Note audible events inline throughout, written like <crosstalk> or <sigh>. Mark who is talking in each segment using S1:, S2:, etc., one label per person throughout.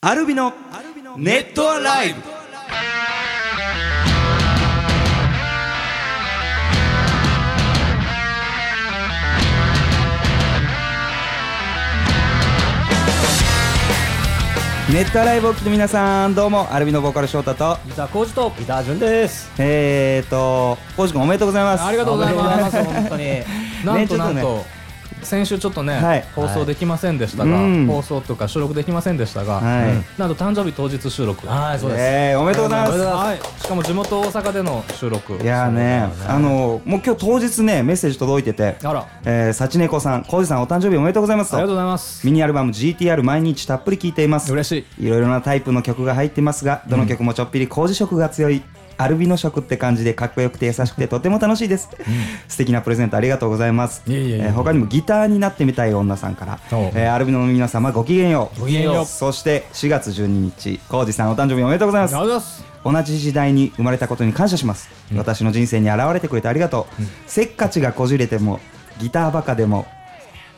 S1: アルビのネットアライブネットアライブをお聞きの皆さんどうもアルビのボーカル翔太と
S2: ギター工事とギター順です。
S1: えーとコウジ君おめでとうございます
S2: ありがとうございます。
S1: ありがとうござい
S2: 本当に。なんとなん
S1: ねちょ
S2: と。先週ちょっとね、
S1: はい
S2: 放送できませんでしたが、
S1: うん
S2: 放送とか収録できませんでしたが、
S1: はい
S2: うんなんと誕生日当日収録、
S3: はい、そうです。
S1: えーおめでとうございます
S2: はい、しかも地元大阪での収録
S1: いやーねあのもう今日当日ねメッセージ届いてて
S2: あらあ
S1: えー、幸猫さん、浩二さん、お誕生日おめでとうございます
S2: りがとうご
S1: と。
S2: ざいます
S1: ミニアルバム GTR 毎日たっぷり聴いています。
S2: 嬉しい
S1: いろいろなタイプの曲が入ってますが、どの曲もちょっぴり工事色が強い、アルビノ色って感じでかっこよくて優しくてとても楽しいです。素敵なプレゼントありがとうございます。
S2: いえいえいえ
S1: ー他にもギターになってみたい女さんから、
S2: おう
S1: えーアルビノの皆様ごきげんよう。
S2: ごきげんよう
S1: そして4月12日、浩二さんお誕生日おめでとうござい
S2: あ
S1: ま
S2: り
S1: す
S2: が。とうございます
S1: 同じ時代に生まれたことに感謝します、私の人生に現れてくれてありがとう、せっかちがこじれてもギターバカでも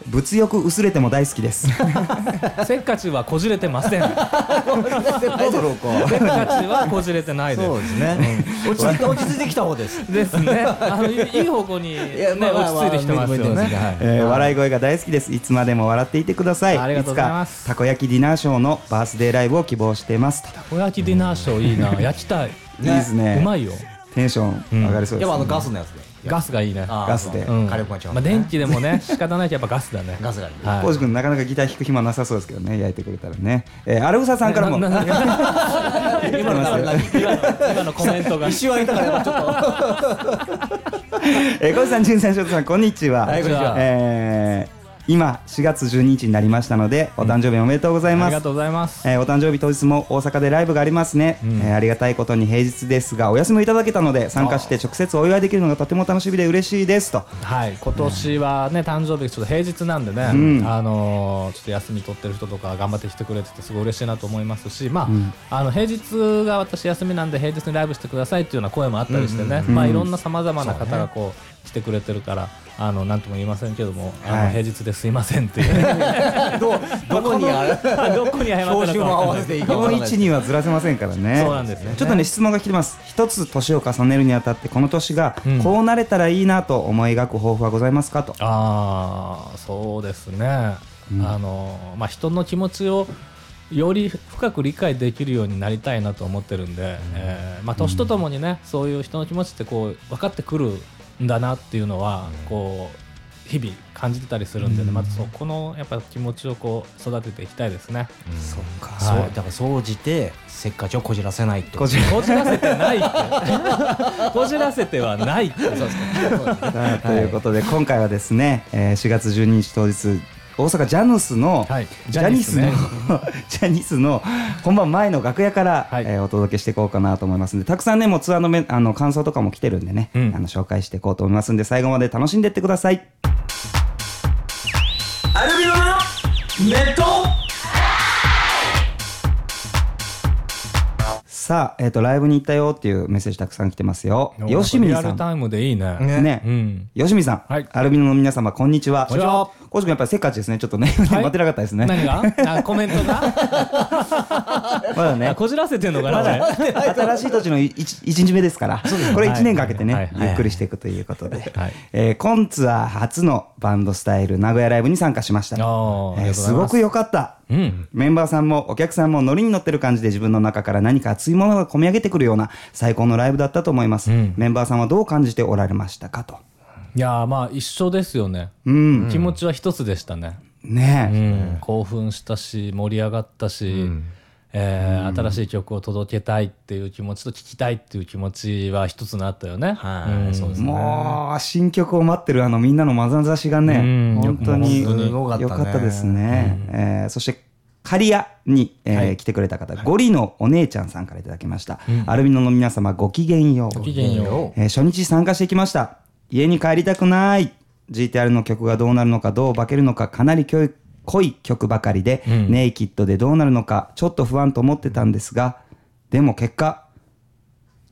S1: 物欲薄れても大好きです
S2: <laughs> せっかちはこじれてませんせっか
S3: どうだろうか。
S2: ちはこじれてないです
S3: そうですね。落ち着いて、落ち着いてきた方です。
S2: ですねあのいいい方向に、ね落ち着いてきてますよね
S1: えー笑い声が大好きですいつまでも笑っていてください
S2: ありがとうございます
S1: つかたこ焼きディナーショーのバースデーライブを希望していますと
S2: おやきディナーショーいいな焼きたい
S1: いいですね
S2: うまいよ
S1: テンション上がりそうです、
S3: やっぱ
S1: ね
S3: あのガスのやつで。
S2: ガスがいいね
S3: あー
S1: ガスで
S3: そう火力が違う。
S2: まあ電。気でも <laughs> ね仕方ないけどやっぱガスだね
S3: ガスがいい。
S2: は
S1: 浩司君なかなかギター弾く暇なさそうですけどね焼いてくれたらね、えー、アルフサさんからも
S2: ななな <laughs> 今の
S1: な
S2: 今のコメント <laughs> が
S3: 一瞬空いたから、ちょっ
S1: え
S3: と。
S1: ー、小路さん、淳さん、翔太さん、こんにちは。
S3: はい
S2: こんにちは
S1: えー今、4月12日になりましたので、お誕生日おめでとうござい
S2: あ
S1: ま
S2: り
S1: す。
S2: がとうございます
S1: えーお誕生日当日も大阪でライブがありますね、えーありがたいことに平日ですがお休みをいただけたので参加して直接お祝いできるのがとても楽しみで嬉しいですと
S2: はい今年はね誕生日ちょっと平日なんでね
S1: ん
S2: あのーちょっと休み取ってる人とか頑張ってきてくれててすごい嬉しいなと思いますしまああの平日が私休みなんで平日にライブしてくださいっていうような声もあったりしてねまあいろんなさまざまな方がこう来てくれてるからあのなんとも言いませんけどもあ
S1: は
S2: の
S1: い
S2: 平日ですいませんっていうね <laughs>
S3: <laughs> どう、どこにある。
S2: どこに謝ったの
S3: 標
S2: か分かん
S3: 準
S2: ない
S3: を合わせていいかわ
S1: この
S3: から
S1: 位
S3: ない。
S1: 置にはずらせませんからね
S2: そうなんですよね
S1: ちょっとね質問が来てます一つ年を重ねるにあたってこの年が
S2: うん
S1: こうなれたらいいなと思い描く抱負はございますかと、
S2: ああそうですね、あのまあ人の気持ちをより深く理解できるようになりたいなと思ってるんで、えーまあ、年とともにね、そういう人の気持ちってこう分かってくるんだなっていうのは、こう日々感じてたりするんでね、まずそこのやっぱ気持ちをこう育てていきたいですね。
S3: そうか
S2: はい
S3: そう、だから、総じて、せっかちをこじらせないって。
S1: こじ
S2: こじらせてないって <laughs> こじらせてはないって
S3: そうですね。
S1: さあ <laughs> ということで、今回はですね、えー4月12日当日大阪ジャヌスの、
S2: はい
S1: ジャニスの <laughs> ジャニスの本番前の楽屋から、
S2: はい
S1: えーお届けしていこうかなと思いますんでたくさんねもうツアーのめあの感想とかも来てるんでね、
S2: うん
S1: あの紹介していこうと思いますんで最後まで楽しんでってください。アルビノネットさあ、えっ、と、ライブに行ったよっていうメッセージたくさん来てますよ。よしみ
S2: リ
S1: さ
S2: ア
S1: ん。
S2: ルタイムでいいね。
S3: ね
S1: ね、
S2: うん
S1: よしみさん、
S2: はい
S1: アルビノの皆様こんにちは。
S2: こんにちは
S1: コウジ君やっぱりせっかちですね。ちょっとね、
S2: い
S1: <laughs> 待てなかったですね。
S2: 何があコメントが
S1: まだ
S2: あ
S1: ね。
S2: こじらせてんのかな、
S1: ま
S2: これ
S1: だ新しい土地のい一一日目ですから、これ1年かけてね、
S2: はいはい
S1: ゆっくりしていくということで、
S2: はい
S1: えー今ツアー初のバンドスタイル名古屋ライブに参加しました。
S2: あーありがとうございます
S1: すごく良かった、
S2: うん
S1: メンバーさんもお客さんもノリに乗ってる感じで自分の中から何か熱いものが込み上げてくるような最高のライブだったと思います。
S2: うん
S1: メンバーさんはどう感じておられましたかと。
S2: いやーまあ一緒ですよね、
S1: うん、
S2: 気持ちは一つでしたね、
S1: ねえ、
S2: うん興奮したし盛り上がったし、えー新しい曲を届けたいっていう気持ちと聴きたいっていう気持ちは一つになったよね、
S3: はい
S2: うん
S3: そうですね
S1: もう新曲を待ってるあのみんなのまざまざしがね、
S2: うん
S1: 本当に
S3: いやもうすごかったね
S1: 良かったですね。えーそしてカリアに、えー来てくれた方、ゴリのお姉ちゃんさんからいただきました。アルミノの皆様ごきげんよう。
S2: ごきげんよ
S1: えー初日参加してきました。家に帰りたくない。GTR の曲がどうなるのかどう化けるのかかなりきょい濃い曲ばかりで、ネイキッドでどうなるのかちょっと不安と思ってたんですが、でも結果、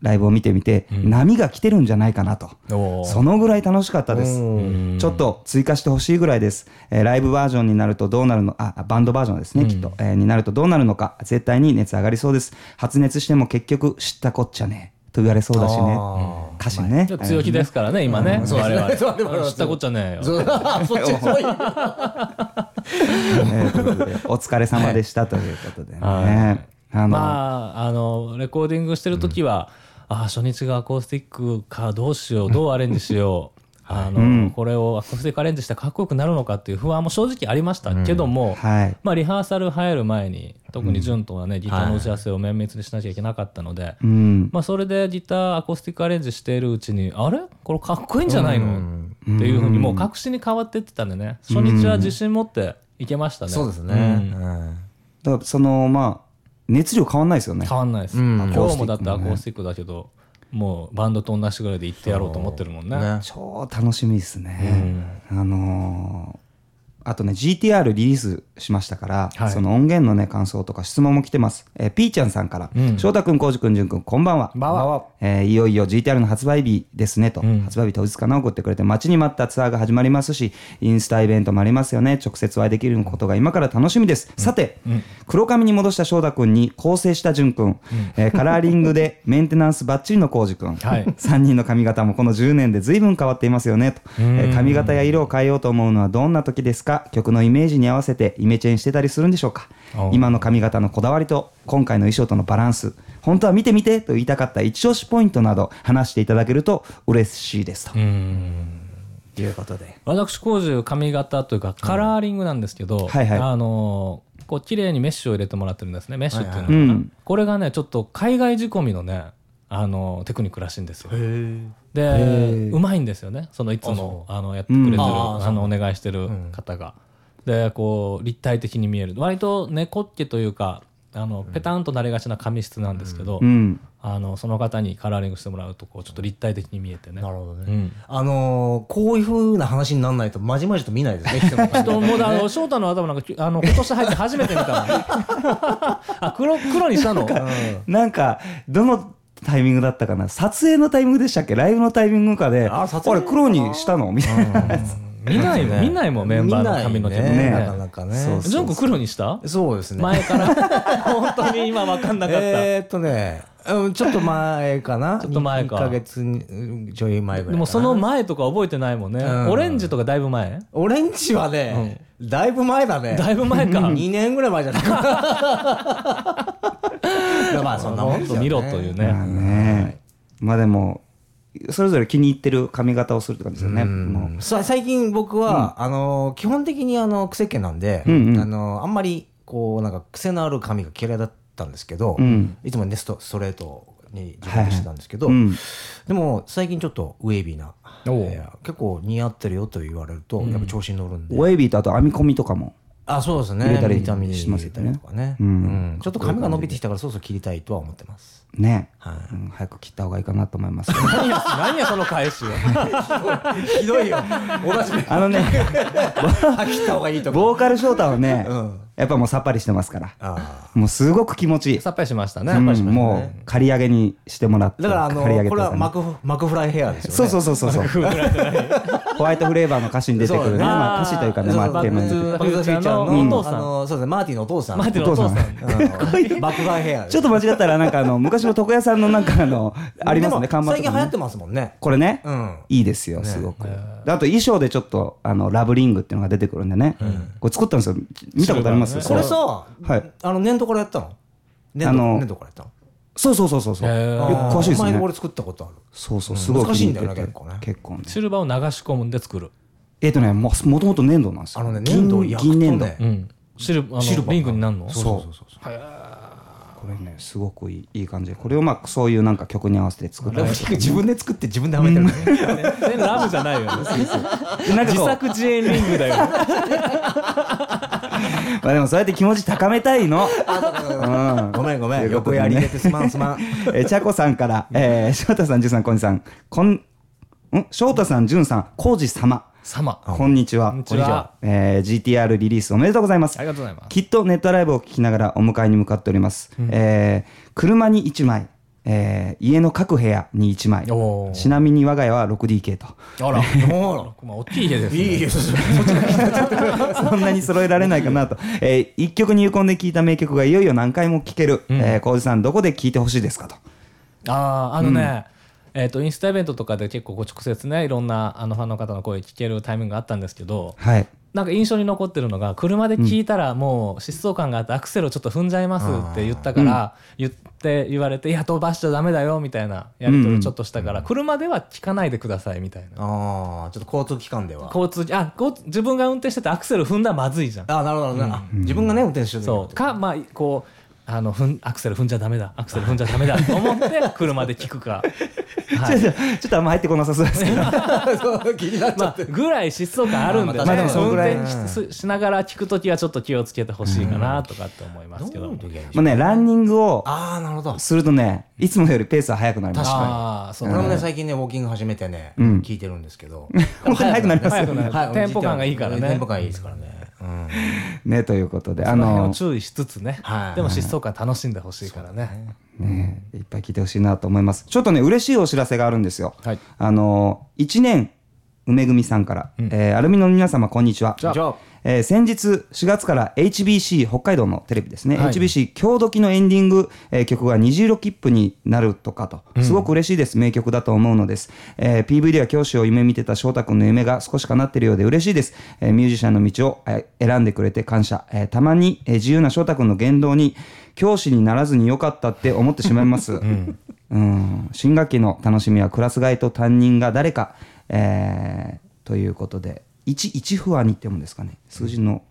S1: ライブを見てみて、
S2: うん
S1: 波が来てるんじゃないかなと。
S2: おー
S1: そのぐらい楽しかったです。
S2: うん
S1: ちょっと追加してほしいぐらいです、えーライブバージョンになるとどうなるのあバンドバージョンですね、きっと、えーになるとどうなるのか絶対に熱上がりそうです発熱しても結局知ったこっちゃねと言われそうだしね
S3: あー
S1: 歌詞ね
S2: ちょっと強気ですからね、今ね、
S3: そう
S2: 我
S3: そう我
S2: 々。
S3: 々
S2: 知ったこっちゃねえ
S3: そ
S2: よ。
S3: うあ <laughs> そっちそういう
S1: えーということで <laughs> お疲れ様でしたということでね、
S2: はい
S1: あの、
S2: まあ、あの、レコーディングしてるときは、ああ、初日がアコースティックか、どうしよう、どうアレンジしよう。あの、
S1: うん
S2: これをアコースティックアレンジしたらかっこよくなるのかっていう不安も正直ありましたけども、
S1: はい
S2: まあ、リハーサル入る前に特に潤とはね、ギターの打ち合わせを綿密にしなきゃいけなかったので、
S1: うん
S2: まあ、それでギターアコースティックアレンジしているうちにあれこれかっこいいんじゃないのっていうふうにもう確信に変わっていってたんでね初日は自信持っていけましたね、
S3: そうですね。
S1: だからそのまあ熱量変わんないですよね
S2: 変わんないです、
S3: うん
S2: 今日もだってアコースティックだけどもうバンドと同じぐらいで行ってやろうと思ってるもんね
S3: ね
S1: 超楽しみですね、あのーあとね GTR リリースしましたから、
S2: はい
S1: その音源のね感想とか質問も来てます、えー、ピーちゃんさんから、
S2: うん
S1: 翔太くん浩司くん淳くんこんばんは
S2: ばわ
S1: えーいよいよ GTR の発売日ですねと、
S2: うん
S1: 発売日当日かな送ってくれて待ちに待ったツアーが始まりますしインスタイベントもありますよね直接お会いできることが今から楽しみです、さて、黒髪に戻した翔太くんに構成した淳くん、えーカラーリング
S2: <laughs>
S1: でメンテナンスバッチリの浩司くん、
S2: はい
S1: 3人の髪型もこの10年で随分変わっていますよねと、えー髪型や色を変えようと思うのはどんな時ですか曲のイメージに合わせてイメチェンしてたりするんでしょうか
S2: お
S1: 今の髪型のこだわりと今回の衣装とのバランス本当は見て見てと言いたかった一押しポイントなど話していただけると嬉しいですと
S2: うん
S1: いうことで
S2: 私工事髪型というかカラーリングなんですけど、
S1: はいはい
S2: あのーこう綺麗にメッシュを入れてもらってるんですねメッシュっていうのは、
S1: はいはいうん
S2: これがねちょっと海外仕込みのねあのーテクニックらしいんですよ
S1: へ
S2: で
S1: ー
S2: うまいんですよねそのいつ
S3: あ
S2: も
S3: そ
S2: あのやってくれてる、
S1: うん
S3: あー
S2: あのお願いしてる方が、でこう立体的に見える割と猫っ毛というかあのペタンとなりがちな髪質なんですけど、
S1: うん
S2: あのその方にカラーリングしてもらうとこうちょっと立体的に見えてね
S3: なるほどね。
S2: うん
S3: あのーこういう風な話にならないとまじまじと見ないですね。人の
S2: <laughs> ちょっともうだあの翔太の頭なんかきあの今年入って初めて見たのあ黒黒にしたの
S1: なんかどのタイミングだったかな撮影のタイミングでしたっけライブのタイミングかで
S3: あ
S1: あ
S3: 撮影
S1: れ黒にしたのみたいな
S2: 見ない
S3: ね
S2: 見ないもんメンバーの髪の毛
S3: 見
S2: も
S3: ない
S1: ね
S3: ねなかなかね。
S1: そう
S2: ジョン君黒にした
S3: そうですね。
S2: 前から本当に今分かんなかった、
S3: えーっとね、うんちょっと前かな。
S2: <laughs> ちょっと前か
S3: 1ヶ月にうんちょい前ぐらいかな。
S2: でもその前とか覚えてないもんね、
S3: ん
S2: オレンジとかだいぶ前
S3: オレンジはね、だいぶ前だね。
S2: だいぶ前か
S3: 2年 <laughs> ぐらい前じゃない <laughs>
S2: <laughs>
S3: かな。まあそんなもん
S2: も
S3: で
S2: っ
S3: す
S2: と
S3: よね
S2: 見ろというね、
S1: まあ <laughs> ねまあでもそれぞれ気に入ってる髪型をするって感じですよねもう
S3: さ最近僕は、あの基本的にあの癖毛なんで、
S1: うんうん
S3: あのあんまりこうなんか癖のある髪が嫌いだったんですけど、
S1: うん
S3: いつもねストストレートに自分でしてたんですけど、
S1: うん
S3: でも最近ちょっとウェービーな、え
S2: おう
S3: ー結構似合ってるよと言われると、やっぱ調子に乗るんで、
S1: ウェイビーとあと編み込みとかも
S3: あそうですね
S1: 入れたり
S3: ビタミン
S1: しますよね
S3: 入れたりとかね、
S1: う
S3: うんんちょっと髪が伸びてきたからそろそろ切りたいとは思ってます
S1: ね
S3: はい
S1: うん早く切った方がいいかなと思います <laughs> けど
S2: 何や何やその返しは
S3: ひどいよ同 <laughs> じ目
S1: あのね
S3: 切った方がいいとか
S1: ボーカルショータはね、
S3: ん
S1: やっぱもうさっぱりしてますから。
S3: あ
S1: もうすごく気持ちいい。
S2: さっぱりしましたね、
S1: うん
S2: ま
S1: もう刈り上げにしてもらって。
S3: ーだからあの
S1: 刈り上げ
S3: これはマ
S1: ク、
S3: クフマクフライヘアですよね
S1: そうそうそうそうそう。 <laughs> ホワイトフレーバーの歌詞に出てくる
S3: そう
S1: ね。
S3: だね
S1: まあ歌詞というかね、
S3: そう
S1: ま
S3: バ
S1: あテーマに出てくる
S3: ックトゥザフューチャー
S2: うん
S3: の
S2: お父さん
S3: あのそうですねマーティのお父さん
S2: マーティのお父さん
S1: お父さん
S2: <laughs>
S3: うんバックフライヘア
S1: ちょっ
S3: と
S1: と間違ったら、なんかあの、昔の床屋さんのなんかあの、ありますね、看板
S3: 最
S1: と
S3: 近
S1: か
S3: 流行っ
S1: ね。
S3: てますもんね
S1: これね
S3: うん、
S1: いいですよ、すごく。であと衣装でちょっと、あの、ラブリングっていうのが出てくるんでね。これ作ったんですよ。見たことあります
S2: シ
S3: こ
S2: ル
S3: れ
S2: バーね
S3: さ、
S1: はい
S3: あの粘土からやったの粘
S1: あの
S3: 土粘土からやったの
S1: そうそうそうそうそう。
S2: へ
S1: よ
S2: ー
S1: く詳しいです
S3: 前
S1: ね。
S3: 俺作ったことある
S1: そうそう、すごい
S3: 難しいんだよ
S1: 気
S3: ね
S1: に入ってて
S3: 結構ね
S1: 結構ね。
S2: シルバーを流し込むんで作る、
S1: えっ、とね、もうもともと粘土なんですよ。
S3: あのね粘土を焼くと
S1: 銀
S3: ね
S1: 粘土。
S2: うん、シルあの
S3: シルバー
S2: リングになるの <laughs>
S3: そうそうそうそう
S1: これね、すごくいいいい感じで、これをまあそういうなんか曲に合わせて作った
S3: ラ
S1: り
S3: ブリング自分で作って自分ではめてるのね
S2: 全然ラブじゃないよね
S1: なん
S3: <laughs>
S1: か
S2: 自
S1: こう、
S2: 作自演リングだ
S1: <laughs>
S2: よね
S1: まあ、でもそうやって気持ち高めたいの。うん
S3: <laughs> ごめんご
S1: とい
S3: めん
S1: うこと
S3: 横
S1: で
S3: やり
S1: ね
S3: 入れてすまん
S1: <laughs>
S3: すまん
S1: えー、ちゃこさんから、えー、翔太さん、じゅんさん、こんにちは。こん、ん翔太さん、じゅんさん、こうじ様。
S2: 様あ
S1: こんにちは。
S2: こんにちは
S1: えー GTR リリースおめでとうございます。
S2: りがとうございます
S1: きっとネットライブを聞きながらお迎えに向かっております、えー車に1枚えー家の各部屋に1枚
S2: おー
S1: ちなみに我が家は 6DK と <laughs>
S2: あら、
S3: お
S2: まあ、大きい家です
S3: い
S2: ね。
S3: いよ、そ
S1: そんなに揃えられないかなと、え1曲入魂で聴いた名曲がいよいよ何回も聴ける、
S2: うん
S1: えー、浩二さんどこで聴いてほしいですかと
S2: あああのね、えっ、とインスタイベントとかで結構こう直接ねいろんなあのファンの方の声聞けるタイミングがあったんですけど
S1: はい
S2: なんか印象に残ってるのが車で聞いたらもう疾走感があってアクセルをちょっと踏んじゃいますって言ったから、言って言われて「いや飛ばしちゃダメだよ」みたいなやり取りをちょっとしたから、車では聞かないでくださいみたいな、
S3: ああ、ちょっと交通機関では。
S2: 交通あこう自分が運転しててアクセル踏んだらまずいじゃん
S3: ああ、なるほどなるほど、あ自分がね、運転手で
S2: そうかまあこうあの踏んアクセル踏んじゃダメだアクセル踏んじゃダメだと思って車で聞くか、はい、
S1: ちょっとちょっとあんま入ってこなさそうですけ <laughs> ど
S3: <laughs> そう気になっちゃ
S2: ま
S3: っ
S2: あ、
S3: てる。
S2: ぐらい疾走感あるんで、ね
S3: まあまあでもそ
S1: のぐらい
S2: 運転ししながら聞くときはちょっと気をつけてほしいかなとかって思いますけど。
S1: もうねランニングを
S3: ああ、なるほど。
S1: するとねいつもよりペースは速くなります
S2: ああ、そう
S3: 俺もね、
S2: ね。
S3: 最近ね、ウォーキング始めてね、聞いてるんですけど。
S1: 本当に速くなります
S2: 早
S1: よ
S2: くなる
S3: はい
S2: テンポ感がいいからね
S3: テンポ感いいですからね。うん
S1: ねということで
S2: あ
S1: あ
S2: の
S1: の
S2: 注意しつつね、
S3: はい
S2: でも疾走感楽しんでほしいからね。
S1: ねいっぱい聞いてほしいなと思いますちょっとね嬉しいお知らせがあるんですよ
S2: はい。
S1: あの1年梅組さんから、えーアルミの皆様こんにちは
S3: じゃあ
S1: えー先日4月から HBC 北海道のテレビですね、
S2: はい
S1: HBC 強時のエンディング、えー曲が虹色切符になるとかとすごく嬉しいです、名曲だと思うのです、えー PV では教師を夢見てた翔太君の夢が少し叶ってるようで嬉しいです、えーミュージシャンの道を、えー選んでくれて感謝、えーたまに、えー自由な翔太君の言動に教師にならずによかったって思ってしまいます、うん新学期の楽しみはクラス替えと担任が誰か、えーということで一一不兄って読むんですかね数字の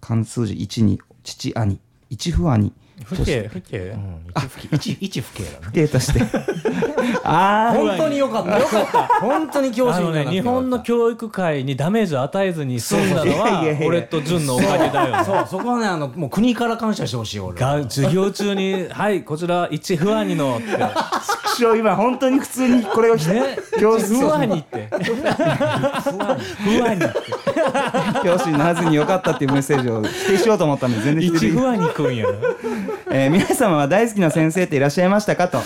S1: 漢数字1に父兄一不兄
S2: 不景、不景。
S3: 一一不景だね。
S1: デーとしてあ
S3: 本当によかった。よかった。本当に教
S2: あ
S3: 師
S2: の
S3: になら
S2: ね、
S3: なくて
S2: 日
S3: よかった
S2: 本の教育界にダメージを与えずに済んだ
S1: そうそ
S2: の
S1: ういやいやい
S2: は
S1: や
S2: 俺と潤のおかげだよね。
S3: そう、そこはね、あの、もう国から感謝してほしい、俺。
S2: が授業中に「はいこちら一不安にの」って
S1: あ今本当に普通にこれをひ
S2: ね
S1: 教
S2: 一
S1: 室
S2: 不安にって不安にって
S1: <laughs> 教師にならずによかったっていうメッセージを否定しようと思ったんで全然否定
S2: 一
S1: できない
S2: 不安にくんやな
S1: えー皆様は大好きな先生っていらっしゃいましたかと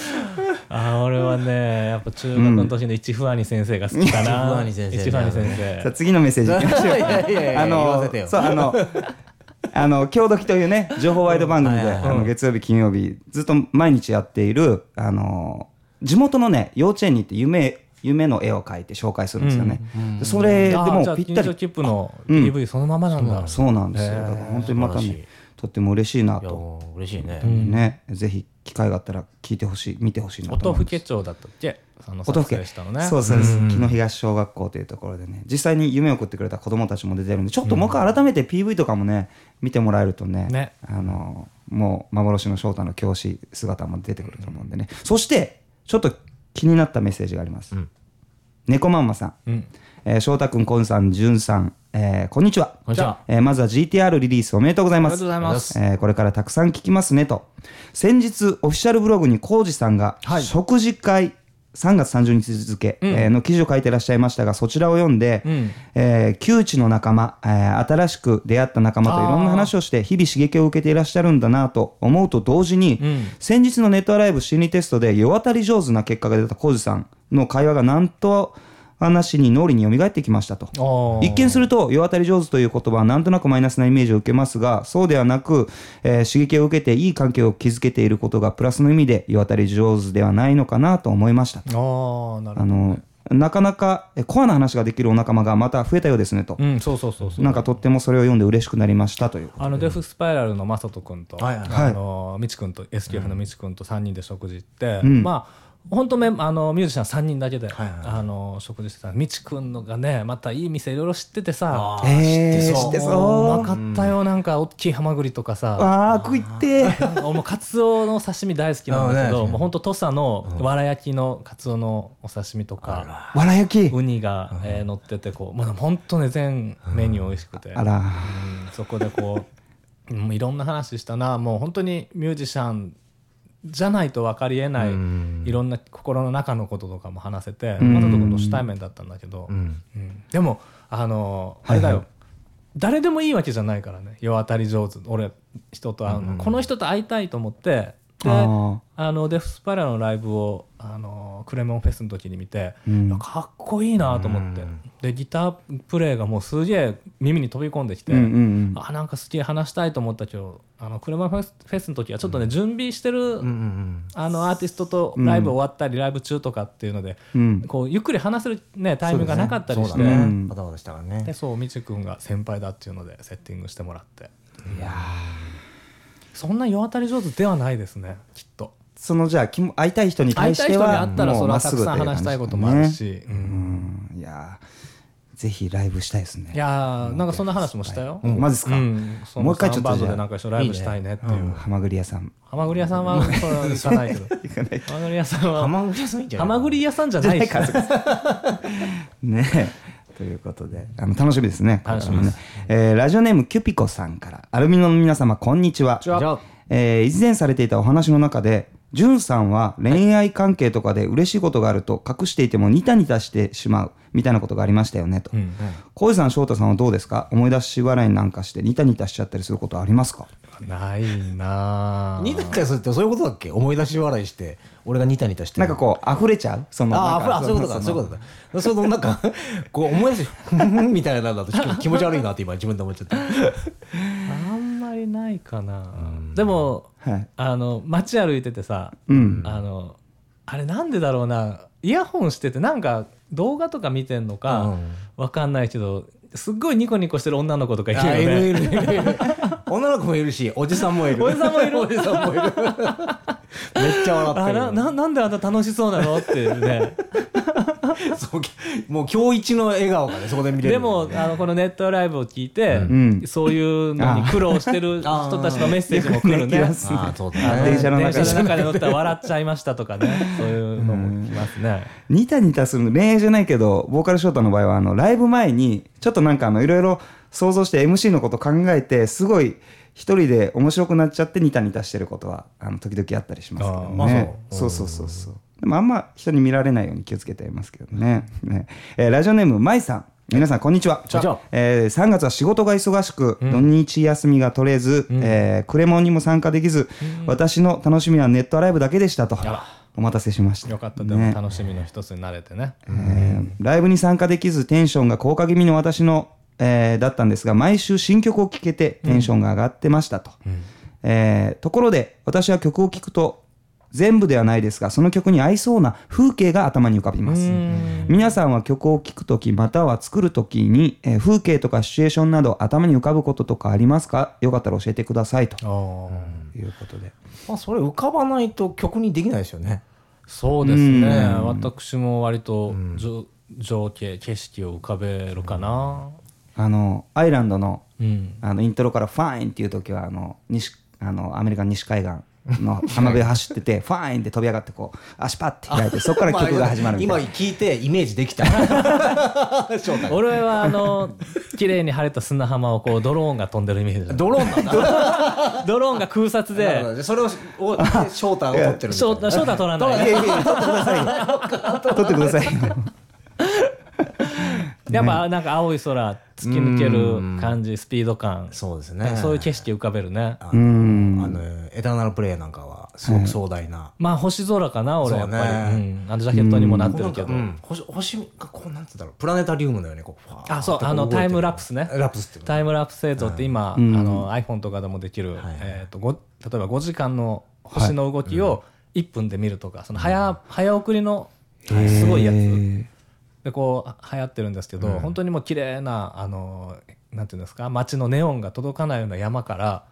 S2: あー俺はねやっぱ中学の年の一不安に先生が好きかな、
S3: うん一不安に先生
S2: 一不安に先生
S1: さあ次のメッセージいきましょう
S3: いやいやいや
S1: あ
S3: 言わ
S1: の
S3: せてよ
S1: そうあのあの今日時というね情報ワイド番組で、
S3: うんはいはい
S1: あの月曜日金曜日ずっと毎日やっているあの地元のね幼稚園に行って夢夢の絵を描いて紹介するんですよね、でそれで
S2: あー
S1: も
S2: じゃ
S1: う
S2: あ
S1: ぴった
S2: 緊張
S1: り
S2: 切符の
S1: うん
S2: PV そのままなんだ、
S1: そうなんですよだから本当にまた
S3: 素晴らし
S1: ね
S3: い
S1: とっても嬉しいない
S3: や、
S1: と、
S3: もう嬉しいね。
S1: ねぜひ機会があったら聞いてほしい見てほしいなと
S2: 音
S1: 思い
S2: 更
S1: ます
S2: 町だったっけその
S1: 音
S2: 撮
S1: 更
S2: 影したのね
S1: そうそうです木の東小学校というところでね実際に夢を送ってくれた子どもたちも出てるんでちょっともう一回改めて PV とかもね見てもらえるとね
S2: ね
S1: あのもう幻の翔太の教師姿も出てくると思うんでねそしてちょっと気になったメッセージがあります
S3: ん
S1: 猫まんまさん、
S2: うん
S1: えー翔太くんこんさんじゅんさん、えーこんにちは
S3: こんにちは
S1: えーまずは GTR リリースおめでとうございます
S2: ありがとうございます
S1: えーこれからたくさん聞きますねと先日オフィシャルブログに浩二さんが
S2: はい
S1: 食事会3月30日付、えーの記事を書いてらっしゃいましたがそちらを読んで、
S2: うん
S1: えー旧知の仲間、えー新しく出会った仲間といろんな話をして日々刺激を受けていらっしゃるんだなと思うと同時に、
S2: ん
S1: 先日のネットアライブ心理テストで世渡り上手な結果が出た浩二さんの会話がなんと話に脳裏に蘇ってきましたと
S2: おー
S1: 一見すると世渡り上手という言葉はなんとなくマイナスなイメージを受けますがそうではなく、えー刺激を受けていい関係を築けていることがプラスの意味で世渡り上手ではないのかなと思いました
S2: あーなる
S1: あ
S2: ほど
S1: のなかなかえコアな話ができるお仲間がまた増えたようですねと、
S2: うんそうそうそうそう
S1: なんかとってもそれを読んで嬉しくなりましたという
S2: あのデフスパイラルのマサト君と、
S3: はいはい
S1: はい
S2: あのみち君と SQF のみち君と3人で食事行って、
S1: うん
S2: まあ本当メンあのミュージシャン3人だけで、
S3: はいはい
S2: あの食事してたみち君のがねまたいい店いろいろ知っててさ
S3: あー
S1: えー知ってそう
S2: もううまかったよなんか大きいハマグリとかさ。
S1: あー食いってー
S2: なんかもうカツオの刺身大好きなんだけ
S3: あー
S2: ど、
S3: ね
S2: もう本当土佐のわら焼きのカツオのお刺身とか、
S1: わら焼き
S2: ウニが、えー乗っててこう、まあ本当ね全メニュー美味しくて、
S1: あら
S2: うんそこでこう <laughs> うんいろんな話したなもう本当にミュージシャンじゃないと分かりえないいろんな心の中のこととかも話せて
S1: ん
S2: まだとこと初対面だったんだけど、うんでもあのあれだよ、誰でもいいわけじゃないからね世当たり上手俺人と会うの、この人と会いたいと思ってで
S1: あ
S2: あ
S1: ー
S2: のデフスパイラルのライブをあのクレモンフェスの時に見て、
S1: うん
S2: いやかっこいいなと思って、
S3: うん
S2: でギタープレイがもうすげえ耳に飛び込んできて、
S1: うんうん
S2: あなんか好き話したいと思ったけどあのクレモンフェスフェスの時はちょっとね、準備してる、
S3: うんうん
S2: あのアーティストとライブ終わったり、ライブ中とかっていうので、
S1: うんうん
S2: こうゆっくり話せる、ね、タイムがなかったりして
S3: そうだ
S1: う
S3: ね
S1: ん
S3: バタバタしたから
S2: で
S3: ね
S2: そうみちくんが先輩だっていうのでセッティングしてもらって
S1: いやー
S2: そんな世当たり上手ではないですねきっと
S1: そのじゃあきも会いたい人に
S2: 会
S1: 対
S2: いた
S1: し
S2: い
S1: て
S2: 人に
S1: は
S2: 会ったら
S1: も
S2: そうれ
S1: ま
S2: は
S1: ったす
S2: く
S1: ぐ
S2: さん話したいこともあるし、う
S1: うんんいやーぜひライブしたいですね
S2: いやーなんかそんな話もしたよ、
S1: うんマジですか、
S2: うんその
S1: もう一回ちょっと
S2: 三バン
S1: じ
S2: ド
S1: ゃあ
S2: でなんか一緒にライブしたいねっていう
S1: うんハマグリ屋さん
S2: ハマグリ屋さんはそれは行かないけどハマグリ屋さんは
S3: 浜口さんいいんじゃな
S2: ハ
S3: い
S2: マグリ屋さんじゃないし
S1: ね <laughs> えということであの楽しみですね
S2: 楽しみです
S1: これからもね、えーラジオネームキュピコさんからアルミノの皆様こんにちは
S2: こんにちは
S1: えー以前されていたお話の中でジュンさんは恋愛関係とかで嬉しいことがあると隠していてもニタニタしてしまうみたいなことがありましたよねと、
S2: うん
S1: 浩二さん翔太さんはどうですか思い出し笑いなんかしてニタニタしちゃったりすることありますか
S2: ないなあ
S3: ニタニタするってそういうことだっけ思い出し笑いして俺がニタニタして
S1: なんかこう溢れちゃうその
S3: あ
S1: なんか
S3: あそういうことかそういうことだそのなんか <laughs> こう思い出し <laughs> みたいなのだとちょっと気持ち悪いなって今自分で思っち <laughs> ゃった
S2: あんまりないかな、でも
S1: はい
S2: あの街歩いててさ、
S1: うん
S2: あのあれなんでだろうなイヤホンしててなんか動画とか見てんのか、
S3: うん
S2: わかんないけどすっごいニコニコしてる女の子とかいるよ
S3: あいるい
S2: ね
S3: るいるいる <laughs> 女の子もいるしおじさんもいる
S2: おじさんもいる
S3: おじさんもいる <laughs> めっちゃ
S2: あ
S3: 笑
S2: な
S3: ってる
S2: ななんであんな楽しそうなのってい
S1: <laughs>
S2: うね
S3: そうもう今日一の笑顔がねそこで見れる
S2: でもあのこのネットライブを聞いて、
S1: ん
S2: そういうのに苦労してる
S3: あー
S2: 人たちのメッセージも来るね
S1: よくね来ます
S3: ああそう
S2: あ
S3: だ
S2: の
S1: 電
S3: ね
S1: 車の中で
S2: 電車の中で乗ったら笑っちゃいましたとかねそういうのも来ますね。
S1: ニタニタするの恋愛じゃないけどボーカルショートの場合はあのライブ前にちょっとなんかあのいろいろ想像して MC のこと考えてすごい一人で面白くなっちゃってニタニタしてることはあの時々あったりしますけど
S3: あー
S1: ね
S3: あ
S1: そうそうそうそうでもあんま人に見られないように気をつけてますけどねね、えーラジオネームまいさん皆さんこんにちは
S3: こんにちは
S1: えー3月は仕事が忙しく、土日休みが取れず、えークレモンにも参加できず、私の楽しみはネットライブだけでしたと
S2: ら
S1: お待たせしました
S2: よかった、でも
S1: ね
S2: 楽しみの一つになれてね。
S1: えーライブに参加できずテンションが高架気味の私の、えーだったんですが毎週新曲を聴けてテンションが上がってましたと、えーところで私は曲を聴くと全部ではないですがその曲に合いそうな風景が頭に浮かびます皆さんは曲を聴く時または作る時に、えー風景とかシチュエーションなど頭に浮かぶこととかありますかよかったら教えてくださいということで
S3: まあそれ浮かばないと曲にできないですよ <laughs> ね
S2: そうですね、
S1: うん
S2: 私も割とじょ情景景色を浮かべるかな、
S1: あのアイランドの
S2: うん、
S1: あのイントロから「ファイン」っていう時はあの西あのアメリカ西海岸の浜辺走って <laughs> て「ファイン」って飛び上がってこう足パッて開いてそこから曲が始まるみたい <laughs> な
S3: 今聞いてイメージできた <laughs> 翔太
S2: 俺はあの綺麗に晴れた砂浜をこうドローンが飛んでるイメージ
S3: <laughs>
S2: だ
S3: ドローンなんだ
S2: ドローンが空撮 <laughs>
S3: なるほ
S2: で
S3: どそれ <laughs> をを翔太が撮ってるみたいな
S2: 翔太翔太は撮らない
S3: いやいやいや
S1: 撮ってくださいよ
S2: やっぱなんか青い空突き抜ける感じスピード感
S3: そうですね
S2: そういう景色浮かべるね
S3: あのあのエターナルプレイなんかはすごく壮大な、
S2: まあ星空かな俺やっぱり
S3: そう
S2: う
S3: ね
S2: ん、あのジャケットにもなって
S3: な
S2: る
S3: ん
S2: け
S3: か、
S2: ど、
S3: うん、星星がこうなんつうんだろうプラネタリウムのようにこうファーッと
S2: あそう
S3: こ
S2: あの
S3: 動いてる
S2: タイムラプスね
S3: ラプスっていうの
S2: タイムラプス映像って今、あの iPhone とかでもできる、
S3: はい
S2: えー、とご例えば5時間の星の動きを1分で見るとか、その早早送りのすごいや
S1: へ
S2: つ
S1: ー
S2: でこう流行ってるんですけど、本当にもう綺麗なあのなんていうんですか街のネオンが届かないような山から、